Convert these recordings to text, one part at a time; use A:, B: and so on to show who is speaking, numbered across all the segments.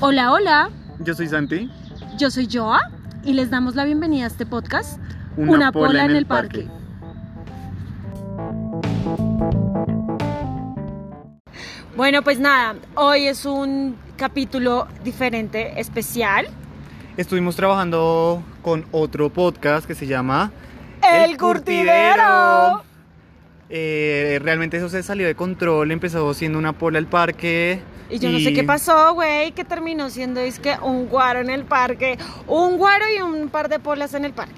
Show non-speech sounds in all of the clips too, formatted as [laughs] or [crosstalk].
A: Hola, hola,
B: Yo soy Santi.
A: yo soy Joa y les damos la bienvenida a este podcast
B: Una, pola, en, el parque.
A: Bueno, pues nada, hoy es un capítulo diferente, especial.
B: Estuvimos trabajando con otro podcast que se llama
A: ¡El, curtidero!
B: Eh, realmente eso se salió de control, empezó siendo una pola al parque.
A: Y yo no sé qué pasó, güey, que terminó siendo es que un guaro en el parque, un guaro y un par de polas en el parque.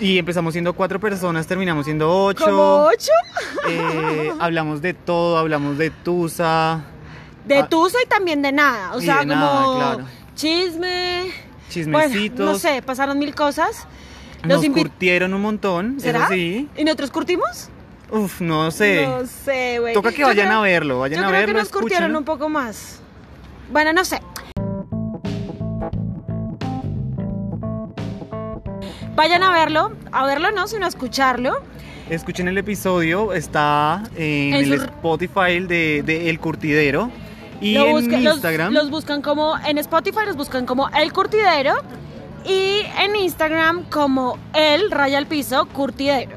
B: Y empezamos siendo cuatro personas, terminamos siendo ocho.
A: ¿Como ocho? [laughs]
B: Eh, hablamos de todo, hablamos de Tusa,
A: De
B: Ah.
A: tusa y también de nada. O
B: Y
A: sea,
B: de
A: como
B: nada, claro.
A: chisme.
B: chismecitos.
A: Bueno, no sé, pasaron mil cosas.
B: Nos
A: Los invitamos.
B: curtieron un montón,
A: ¿Será?
B: eso sí.
A: ¿Y nosotros curtimos?
B: Uf, no sé.
A: No sé, güey.
B: Toca que
A: Yo
B: vayan
A: creo-
B: a verlo, vayan
A: yo
B: a
A: creo
B: verlo.
A: que nos curtieron
B: escúchenlo.
A: un poco más. Bueno, no sé. Vayan a verlo, a verlo no, sino a escucharlo.
B: Escuchen el episodio, está en
A: En
B: el
A: su-
B: Spotify de, de El Curtidero y
A: Lo
B: en
A: busca- los-
B: Instagram.
A: Los, buscan como, en Spotify los buscan como El Curtidero y en Instagram como El Raya al Piso Curtidero.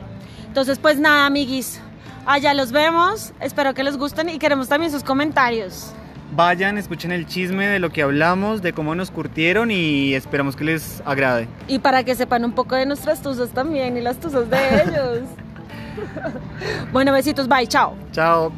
A: Entonces, pues nada, amiguis, allá los vemos, espero que les gusten y queremos también sus comentarios.
B: Vayan, escuchen el chisme de lo que hablamos, de cómo nos curtieron y esperamos que les agrade.
A: Y para que sepan un poco de nuestras tuzas
B: [laughs]
A: también y las tuzas de ellos. bueno, besitos, bye, chao.
B: Chao.